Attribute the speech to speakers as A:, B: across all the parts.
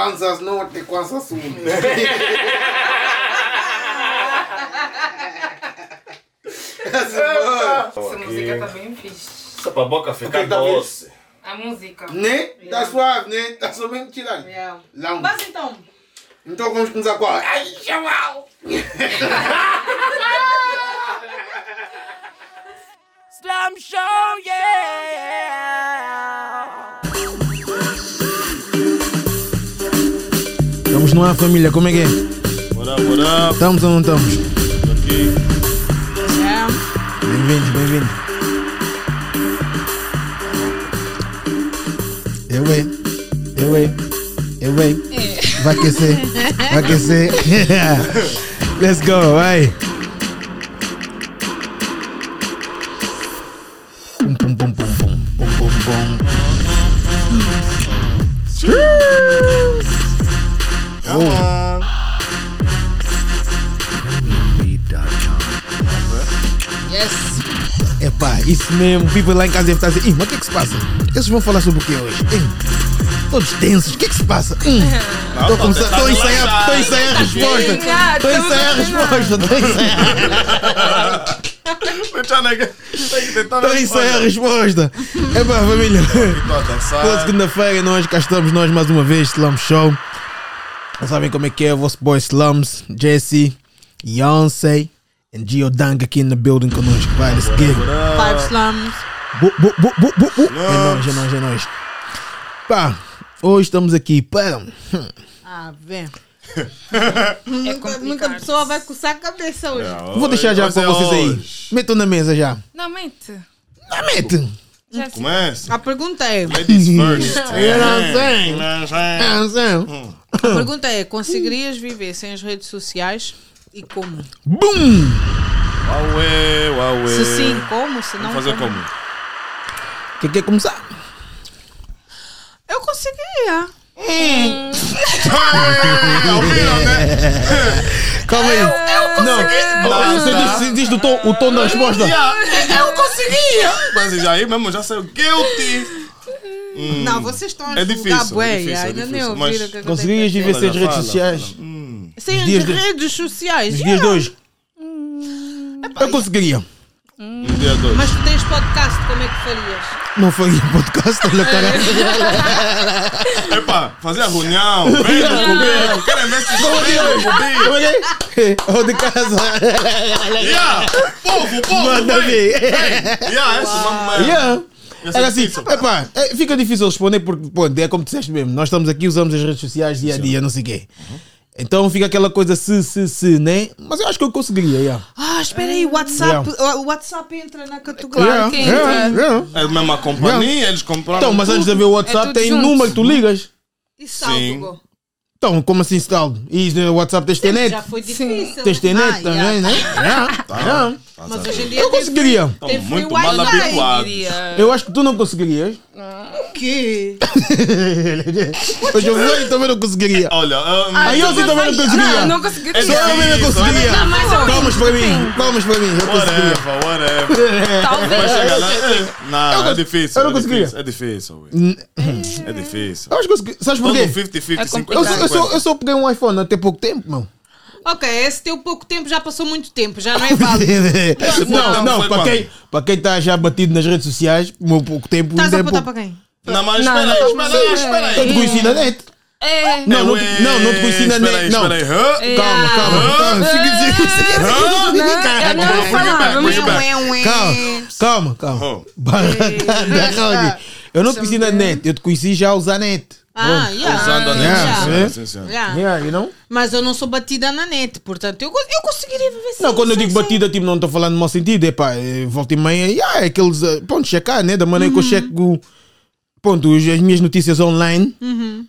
A: Panzas norte, panzas sul. Essa
B: Essa música tá bem fixe.
C: Só pra boca ficar
A: Ok, tá bem.
C: doce.
B: A música.
A: Né? Tá suave, né? Tá somente tirando.
B: Yeah.
A: Lá.
B: Mas então,
A: Então vamos começar com a. Ai, chaval!
D: Slam show, yeah!
E: Estamos no ar, família, como é que é?
C: Bora, bora.
E: Estamos ou não estamos?
C: Aqui.
E: Bem-vindos, bem-vindos. Eu é, eu é, eu é. Vai aquecer, vai aquecer. Let's go, vai. Pum, pum, pum, pum, pum, pum, pum, pum. Epá, isso mesmo, people lá em casa devem estar a dizer, "Ih, mas o que é que se passa? Eles vão falar sobre o que hoje? Ih, todos tensos, o que é que se passa? Hum, Estou a começar, estou a ensaiar, estou a ensaiar a resposta.
B: Obrigada,
E: Estou a ensaiar a resposta, estou a ensaiar. Estou a ensaiar a resposta. Epá, família. Toda segunda-feira nós cá estamos nós mais uma vez, Slum Show. Já sabem como é que é, o vosso boy Slums, Jesse, Yonsei e Geodang aqui na building connosco. Vai, let's get it.
F: Five slums.
E: Bu, bu, bu, bu, bu, bu. É nóis, é nóis, é nóis. Pá, hoje estamos aqui para. hum,
F: Ah, É vem.
B: complicado.
F: nunca, nunca a pessoa vai coçar a cabeça hoje.
C: Ah,
E: Vou deixar já
C: é
E: com vocês aí. Metam na mesa já.
B: não mente.
E: Ah, mete!
B: Já sei.
C: Começa.
F: A pergunta é,
C: Ladies first. né,
E: Eu não sei.
C: sei.
E: Ah, não sei.
F: a pergunta é, conseguirias viver sem as redes sociais e como?
E: Bum!
C: Huawei, Huawei.
F: Se sim, como? Se
C: É.
F: não,
C: Vamos fazer
F: como?
C: como?
E: Quem quer começar?
F: Eu conseguia.
C: né?
E: Calma aí. Eu, não, não, você diz, você diz do tom, o tom da resposta.
C: Eu conseguia. Mas já aí mesmo já saiu guilty. Hum.
F: Não, vocês estão a
C: É
F: julgar
C: difícil,
F: bué,
C: é difícil,
F: ainda
C: é
F: nem
C: difícil, mas
F: ouviram o que é que eu
E: Conseguirias
F: tenho
E: viver
C: Fala,
E: sem as redes
C: fala,
E: sociais?
C: Hum.
F: a dizer. Sem
E: dias
F: as
E: de-
F: redes sociais.
E: Os dias
F: yeah.
E: de hoje? Eu conseguiria.
C: Um dia dois.
F: Mas tu tens podcast, como é que farias?
E: Não faria podcast, olha caralho.
C: Epa, fazer a reunião. Venham comigo. Querem ver se venham comigo.
E: Olha é? Ou de casa.
C: Yeah. Povo, povo.
E: Manda
C: vem.
E: ver.
C: Yeah, esse mamãe.
E: Yeah.
C: Esse
E: Era
C: é
E: assim,
C: difícil.
E: epá, é, fica difícil responder porque, pô, é como disseste mesmo, nós estamos aqui, usamos as redes sociais dia a dia, não sei o quê. Então fica aquela coisa se, se, se, né? Mas eu acho que eu conseguiria, yeah.
F: Ah, espera aí, o WhatsApp, o WhatsApp entra na categoria.
E: Yeah,
B: que
E: yeah, yeah.
C: É a mesma companhia, eles compraram.
E: Então, mas antes de haver o WhatsApp,
B: tudo
E: tem
B: junto.
E: número que tu ligas.
F: E
C: Sim.
F: salvo.
E: Então, como assim, saldo? E no WhatsApp tens internet?
F: Já foi difícil.
E: Tens internet
F: Ah,
E: também,
F: yeah.
E: né? Yeah, yeah.
F: Mas hoje em dia
E: Eu
F: tem
E: conseguiria.
C: Estamos
F: free
B: um
C: muito mal
F: Wi-Fi,
E: Ah,
C: habituados.
E: Eu acho que tu não conseguirias.
F: o quê?
E: Hoje eu vi, também não conseguiria.
C: Olha,
B: Ah,
C: um,
E: A Yossi também não
B: Não, não
E: conseguiria.
B: consegui.
C: É
E: Só um- eu mesmo
C: difícil,
E: conseguiria.
B: Não, mas eu-
E: Palmas para mim, palmas para mim, eu conseguiria.
C: whatever, whatever. Mas
B: Talvez.
C: chega lá. eh, Não, é difícil.
E: eu não
C: é
E: conseguiria.
C: difícil, É difícil, ué. É difícil.
E: Eu acho que eu consegui. Sabes
C: Todo
E: porquê?
C: 50-50,
B: É
C: 50
E: Eu só, eu, só,
C: 50.
E: eu só peguei um iPhone há até pouco tempo, mano.
F: Ok, esse teu pouco tempo já passou muito tempo, já não é válido.
C: pouco
E: não,
C: tempo
E: não,
C: foi
E: para
C: quando?
E: quem, para quem está já batido nas redes sociais, o meu pouco tempo
F: Estás
E: ainda
F: a
E: é
F: apontar
E: pouco.
F: para quem?
C: Não, mas
B: Não,
C: espera aí,
B: não,
C: espera aí,
B: não.
C: espera aí.
E: Eu te conheci na net.
B: É.
E: Não, não,
C: Ué,
E: te- não, não te conheci na
C: espera aí,
E: net. Não,
C: Espera aí, hã?
E: calma, calma, calma. Siga, siga, siga,
C: Hã?
E: siga,
B: Não, eu não é vou
C: Bring it
B: falar.
C: back,
B: Vamos
F: é
C: bring it
F: um,
C: back.
E: Calma, calma, calma.
C: Oh.
E: Barracada, Rony. Eu não te conheci na net, eu te conheci já a usar net.
F: Ah, yeah.
C: Usando
E: Yeah,
C: a net.
E: yeah.
C: sim, sim, sim.
F: Yeah.
E: Yeah, you know?
F: Mas eu não sou batida na net, portanto eu, eu conseguiria viver sem
E: Não, quando eu
F: sem-
E: digo
F: sem- Assim,
E: batida, tipo, não estou falando no mau sentido, é pá, eh, volta e meia, yeah, é aqueles, eh, pronto, checar, né, da maneira
F: Uhum.
E: que eu checo, pronto, os- as minhas notícias online,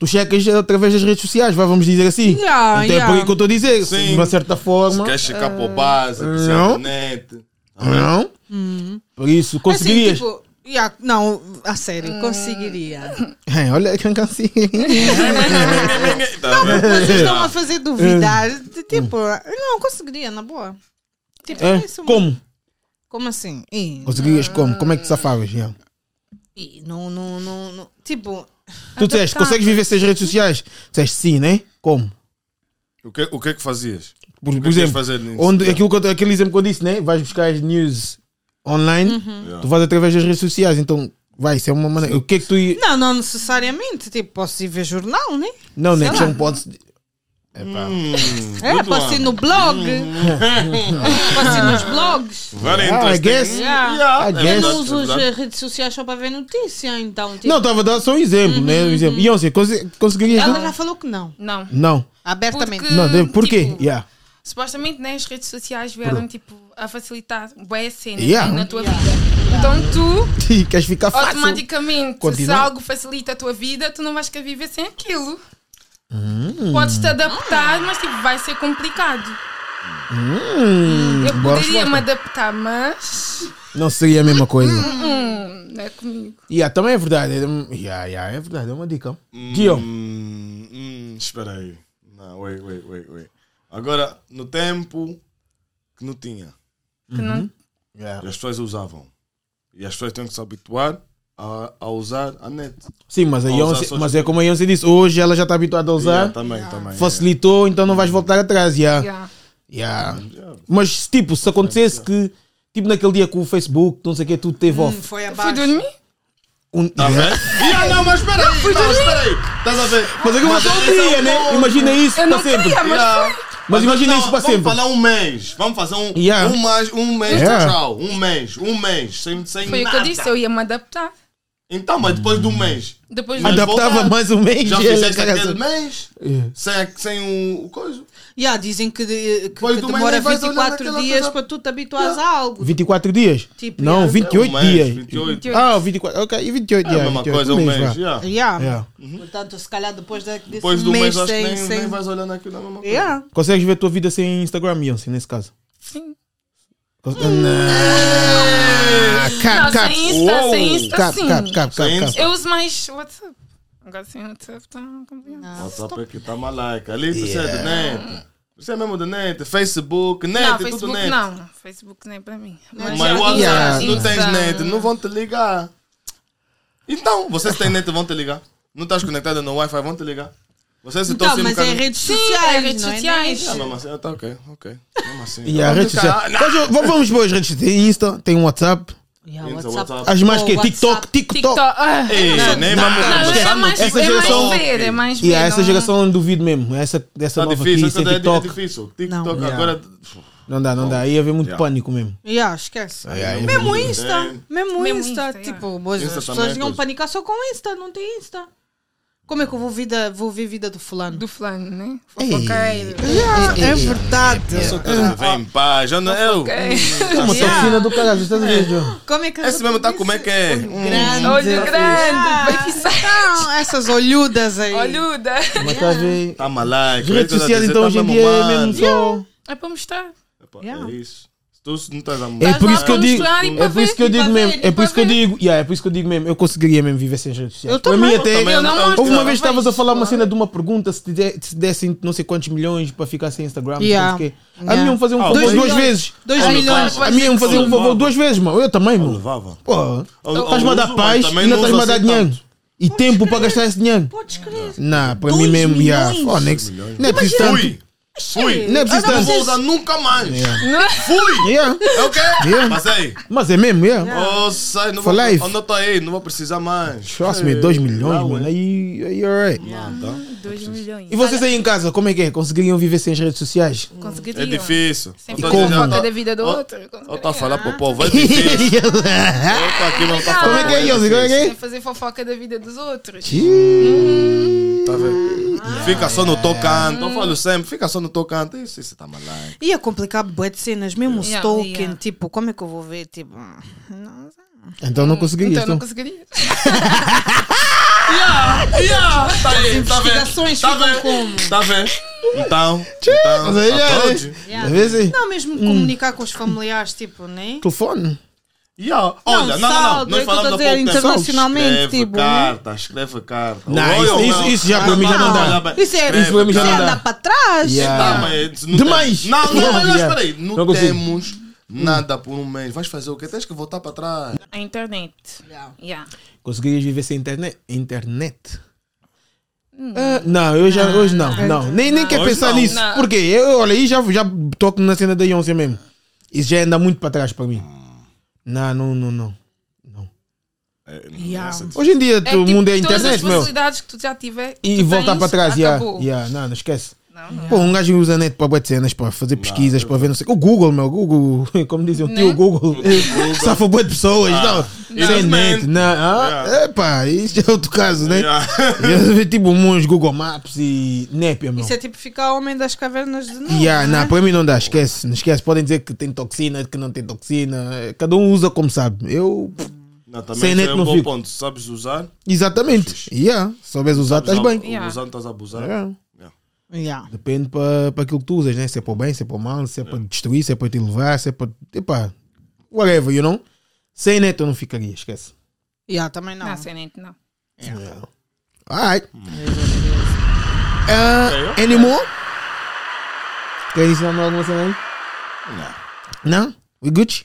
E: tu checas através das redes sociais, vá, vamos dizer assim.
F: Uhum. Yeah,
E: então é
F: yeah.
E: por aí que eu estou a dizer,
C: Sim.
E: de uma certa forma,
C: Quer
B: Ah.
C: checar por base,
E: não.
C: usando a net.
E: não, por isso,
F: Assim,
E: conseguirias.
F: tipo, yeah, não, a sério, conseguiria.
E: É, olha, que assim,
C: Tá vendo?
E: É.
F: Vocês estão a fazer duvidar. de Tipo, não, conseguiria, na boa. Tipo, é,
E: Hum. É,
F: isso. mano.
E: como?
F: Como assim? Ih,
E: Conseguirias como? Como é que te safavas, yeah?
F: ih, não, não, não, não. Tipo,
E: Tu disseste,
F: Adaptar.
E: consegues viver sem as redes sociais? Disseste sim, né? Como?
C: O que, o que é que fazias?
E: Por,
C: O
E: por
C: que é que ias
E: exemplo,
C: fazer nisso?
E: onde, aquilo que eu- aquele exemplo que eu disse, né? Vais buscar as news online,
C: Yeah.
E: tu vais através das redes sociais, então vai, isso é uma maneira. O que é que tu ia.
F: Não, não necessariamente. Tipo, posso ir ver jornal, né?
E: Não, né? Que
F: lá.
E: não podes.
C: Hum,
F: É, posso ir no blog. posso ir nos blogs.
E: Ah, I
C: Very é interesting.
E: guess.
F: Yeah.
E: I
C: é
E: guess.
F: Eu
C: verdade,
F: não uso
C: é
F: as
C: verdade.
F: redes sociais só para ver notícia, então. Tipo,
E: Não, estava a dar só um exemplo, né? Um exemplo. Beyoncé, conse- conseguirias.
F: ela
E: tu?
F: já falou que não.
B: Não.
E: Não,
F: Abertamente.
B: Porque-
E: não, deve-
B: Hum,
E: porquê?
B: tipo-
E: Yeah.
B: Supostamente, né, as redes sociais vieram, tipo, a facilitar boas cenas
E: Yeah.
B: né, na tua vida. Então, tu,
E: Queres ficar fácil?
B: automaticamente,
E: Continua.
B: se algo facilita a tua vida, tu não vais querer viver sem aquilo. Podes te adaptar, mas, tipo, vai ser complicado.
E: Hum,
B: Eu
E: boa
B: poderia
E: resposta.
B: me adaptar, mas...
E: Não seria a mesma coisa.
B: Hum, não é comigo.
E: yeah, também é verdade. É, hum, Yeah, yeah, é verdade, é uma dica. Guião.
C: Hum, hum, espera aí. Não, wait, wait, wait, wait. Agora, no tempo que não tinha,
B: Que não-
E: Yeah.
C: e as pessoas usavam. E as pessoas têm que se habituar a, a usar a net.
E: Sim, mas, a
C: Vou usar
E: Beyoncé,
C: só-
E: mas é como a Beyoncé disse, hoje ela já está habituada a usar,
C: Yeah, tá. também, também.
E: facilitou, então não vais voltar atrás. Yeah.
B: Yeah.
E: Yeah.
C: yeah.
E: Mas tipo, se acontecesse que, tipo naquele dia com o Facebook, não sei o que, tudo teve
F: Hum,
E: off.
F: foi
B: Fui
F: abaixo.
B: dormir?
E: Um-
C: Tá vendo? Yeah, não, mas espera aí. Não, espera aí. Estás a ver?
E: Mas é que uma pessoa
C: isso é
E: queria,
C: um
E: né?
C: bom-
E: Imagina isso
B: Eu não
E: para sempre.
B: queria, Ah, mas
C: Yeah.
E: Mas imagina
C: não,
E: isso para
C: vamos
E: sempre.
C: falar um mês. Vamos fazer um,
E: Yeah.
C: um, mais, um mês
E: Yeah.
C: de tchau. Um mês, um mês. Sem, sem
B: Foi o que
C: nada.
B: eu disse, eu ia me adaptar.
C: Então, mas depois do mês.
B: Depois
C: Mas
E: Adaptava
C: voltar.
E: mais um mês.
C: Já
E: e ela
C: fizeste
E: cagaça.
C: aquele mês?
E: Yeah.
C: Sem, sem o, o coisa?
F: Yeah, dizem que, de- que-
C: Pois
F: que
C: do
F: demora
C: manhã vais olhar
F: 24
C: naquela
F: dias
C: coisa-
F: para tu te habituares a algo.
E: 24 dias?
F: Tipo,
E: não,
F: yeah.
E: 28
C: Um mês,
E: dias.
C: 28.
E: Ah, 24. Ok, e 28
C: É
E: dias.
C: a mesma
E: 28,
C: coisa, um mês.
E: vá. É.
C: yeah.
F: Yeah. Uhum.
E: Yeah.
F: Portanto, se calhar depois da- desse
C: Depois
B: um
C: do mês,
F: mês,
C: acho que
F: sem.
C: nem,
F: sem...
C: nem vais olhar naquilo. É a mesma coisa.
F: Yeah.
E: Consegues ver a tua vida sem Instagram, Beyoncé, nesse caso?
B: Sim.
E: Ah,
B: Não,
E: cap, cap.
B: sem Insta,
E: Uou.
B: sem Insta,
E: Cap,
B: sim.
E: cap, cap,
C: Sem
E: cap, cap.
C: Insta.
B: Eu uso mais WhatsApp. Agora sem WhatsApp tá complicado.
C: O WhatsApp é que tá malaca. Ali tu yeah. é do net. Você é mesmo do net. Facebook, net, é
E: É,
B: Não,
C: tudo
B: Facebook
C: net.
B: não. Facebook nem é pra mim. Mas
C: Mas
B: já-
C: WhatsApp,
E: Yeah.
C: se não tens
B: Insta.
C: net, não vão te ligar. Então, vocês têm net, vão te ligar. Não estás conectado no Wi-Fi, vão te ligar. Vocês se estão
F: Então,
C: sempre...
F: mas é redes sociais.
B: redes
F: não é?
B: sociais.
C: Ah, mesmo assim, ah, tá ok, ok. Mesmo assim.
E: E a rede social.
C: Ah, não.
E: Mas eu- vamos- Vamos para as redes sociais. Tem Insta, tem WhatsApp.
F: é- Yeah,
C: Insta,
F: WhatsApp.
C: WhatsApp.
E: As mais
F: Oh,
E: que? é
F: WhatsApp,
E: TikTok,
B: TikTok.
E: TikTok.
B: Ah,
C: Ei, nem vamos
B: Não,
C: começar
B: é
C: no
B: mais, é
E: É, Essa geração-
B: mais ver, é mais ver.
E: E essa
B: não-
E: geração eu duvido mesmo. É Essa, essa
C: Tá
E: nova
C: difícil,
E: aqui,
C: essa
E: sem
C: daí é
E: TikTok.
C: difícil. TikTok
E: Não.
C: agora.
E: Não dá, não dá. Aí ia haver muito
C: Yeah.
E: pânico mesmo.
F: Yeah, esquece.
E: Yeah, yeah.
F: Mesmo Insta.
C: É.
F: Mesmo
B: Mesmo
F: Insta.
B: Insta,
F: Tipo, boas,
C: Insta
F: as
C: também é
F: pessoas vão
C: coisa.
F: panicar só com Insta, não tem Insta. Como é que eu vou, vida, vou ver vida do fulano?
B: Do fulano, né? Fofoqueiro.
F: é verdade.
C: Vem em paz, eu não. Eu.
E: É uma
F: Yeah.
E: toxina do caralho. Estás a ver, tá João?
F: Como é que
C: Esse mesmo tá como é que é?
F: Grande.
B: Olho grande,
F: Ah,
B: baby size.
F: Então, essas olhudas aí.
B: Olhuda.
E: Mas estás a ver.
C: Tá malaco.
E: As redes sociais, então, hoje em
C: tá
E: dia é mesmo só.
B: É pra mostrar.
C: Epá,
F: Yeah.
C: É isso. Se tu não estás a
E: É
B: Estás
E: por
B: Tá lá
E: isso que eu
B: pra
E: digo,
B: mostrar e
E: é
B: pra
E: por isso
B: ver,
E: que eu
B: e pra
E: digo mesmo,
B: ver,
E: é
B: e
E: por isso que
B: pra
E: eu
B: ver.
E: digo, yeah, é por isso que eu digo mesmo, eu conseguiria mesmo viver sem as redes sociais.
F: Eu
E: Para mim
F: também.
E: até,
C: Também
B: Eu não
C: não-
B: mostro.
E: houve uma
B: Eu
E: vez
B: também.
E: estavas a falar uma cena de uma pergunta, se te de- se dessem não sei quantos milhões para ficar sem Instagram,
F: Yeah.
E: não sei o quê. A
F: Yeah.
E: minha iam fazer um
C: Ah,
E: favor
C: dois
E: duas
F: milhões.
E: vezes.
F: Dois
C: Olha,
F: milhões.
C: faz-
E: A minha iam fazer um favor duas vezes, mano. Eu também,
C: Eu
E: mano.
C: levava.
E: Pô,
C: é Eu- eu
E: estás-me Tá a dar
C: uso, mas
E: paz e
C: também
E: ainda tá estás-me
C: não
E: a
C: uso
E: dar
C: assim
E: dinheiro.
C: tanto.
E: E tempo para gastar esse dinheiro.
F: Podes crer.
E: Não, para mim
F: Dois
E: mesmo, yeah.
F: milhões.
E: Fonex. Não é preciso tanto.
C: Fui. Fui.
E: Não é
C: Eu
E: preciso
C: não vou
E: tanto. É.
C: usar nunca mais.
B: Não.
C: Fui.
E: Yeah.
C: É o quê?
E: Yeah.
C: Passei.
E: Mas é mesmo, yeah.
C: Oh, sai, não
E: For
C: vou.
E: life.
C: Anota aí, não vou precisar mais.
E: Trust me, 2 é milhões, mano. Aí, aí, alright.
B: Dois milhões.
E: E vocês aí em casa, como é que é? Conseguiriam viver sem as redes sociais?
B: Conseguiria.
C: É difícil.
B: Sempre
C: Eu tô
E: como?
B: com
C: dizendo,
B: falta
C: ó,
B: da vida do
C: ó,
B: outro.
C: Eu tô a
B: conseguiria.
C: falar pro povo, é difícil. Eu tô aqui, mas não tô
E: Como
C: falando.
E: é que é, Yose? Como é que
B: Sem
E: é?
B: fazer fofoca da vida dos outros.
C: Tá vendo? Fica só no teu canto. Eu falo sempre, fica só no teu canto. Isso, isso tá malaco.
F: Ia complicar bué de cenas, mesmo o
B: Yeah,
F: stalking,
B: yeah.
F: tipo, como é que eu vou ver, tipo...
E: Hum.
F: Não, sei.
E: Então não conseguirias.
B: Então eu não
E: Então.
B: conseguiria.
C: Tá aí, tá
F: investigações
C: vendo? Tá
F: ficam
C: vendo?
F: como?
C: Tá vendo? Então,
E: Mas
C: então,
E: aí
C: tá
E: já
C: pronto.
E: é. Às vezes,
F: Não, mesmo comunicar com os familiares, tipo, né?
E: telefone.
C: Yeah. Olha, não, não, não.
F: saldo, é
C: Nós
F: que eu tô
C: falamos há
F: a
C: pouco
F: dizer,
C: tempo.
F: internacionalmente,
C: Escreve
F: tipo, né?
C: carta, escreve carta.
E: Não,
C: Olha,
E: isso-
C: olha,
E: isso-
C: olha.
E: isso já pra mim já não dá.
C: olha, olha,
F: Isso é-
C: escreve
E: isso pra mim já
F: Você
E: não
C: carta.
E: dá.
F: andar para trás.
E: Yeah.
C: Tá, mas não
E: Demais.
C: tem- Não, não,
E: Não,
C: mas
E: já.
C: espera aí. Não
E: Não consigo. Hum.
C: temos nada por um mês. Vais fazer o quê? Tens que voltar para trás.
B: A internet.
F: Yeah.
B: Yeah.
E: Conseguirias viver sem internet? Internet?
B: Hum.
E: Ah, não, eu já, hoje não, não. Nem, nem quer
C: Hoje
E: pensar
C: não.
E: nisso.
B: Não.
E: Porque eu, olha, aí já, já toco na cena da Beyoncé mesmo. Isso já anda muito para trás para mim.
C: Hum.
E: Não, não, não, não. não.
C: É,
B: Yeah.
C: nossa,
E: Hoje em dia, todo
B: tipo,
E: mundo é
B: todas as
E: internet, meu.
B: possibilidades que tu já tiver.
E: E
B: tu
E: voltar
B: tens,
E: para trás, já.
B: acabou.
E: já, não, não esquece.
B: Não, não.
E: Pô, um gajo usa a net para boas cenas, para fazer pesquisas, para ver não sei. O Google, meu, o Google, como dizem, o tio
B: Né?
E: Google, safa boas pessoas, não.
C: Não.
E: Sem net,
C: Infelizmente.
E: não. Ah,
C: Yeah.
E: epá, isso é outro caso, né?
C: Yeah.
E: Eu vi tipo uns Google Maps e népia, meu.
F: Isso é tipo ficar homem das cavernas de novo.
E: Yeah,
F: né?
E: não, para mim não dá, esquece, não esquece. Podem dizer que tem toxina, que não tem toxina. Cada um usa como sabe. Eu, pff,
C: Não, também
E: Sem
C: isso
E: net
C: é
E: não
C: um bom
E: fico.
C: ponto. Sabes usar,
E: exatamente. Yeah, se souberes usar, estás
C: usar-
E: bem. É.
B: Yeah.
C: Usando, estás a abusar.
E: Yeah.
C: Yeah.
F: Yeah.
E: Depende para aquilo que tu usas, né? Se é para o bem, se é para o mal, se é para destruir, se é para te levar, se é para. Epá, whatever, you know? Sem neto eu não ficaria, esquece.
F: Yeah, também não.
B: Não, sem net, não.
E: Yeah. Alright.
F: It is what it is.
E: Uh,
C: Ok, ok.
E: anymore? Quer ensinar mais alguma cena aí? Não? We Gucci?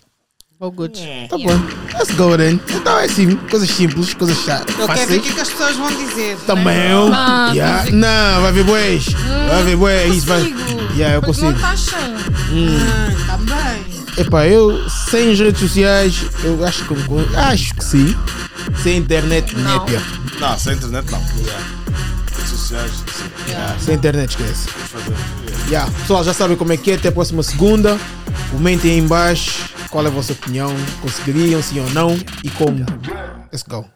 F: Oh, good.
E: Tá bom. Let's go then. Então é assim, coisas simples, coisas chatas.
F: Eu quero ver
E: fáceis.
F: o que, que as pessoas vão dizer. né?
E: Também eu.
B: Não,
E: Yeah. Não, vai ver boés. Vai ver boés. Isso vai.
B: Consigo.
E: Yeah, eu
B: Porque
E: consigo.
B: Não tá achando.
F: Ah, Também.
E: Epá, eu sem as redes sociais, eu acho que eu- acho que sim. Sem internet, é
B: Não.
E: népia.
C: Não, sem internet não. Redes sociais, sim.
E: Ah, Sem internet, esquece.
C: Vamos fazer. Yeah.
E: Yeah. Pessoal, já sabem como é que é. Até a próxima segunda. Comentem aí embaixo qual é a vossa opinião. Conseguiriam, sim ou não. E como. Let's go.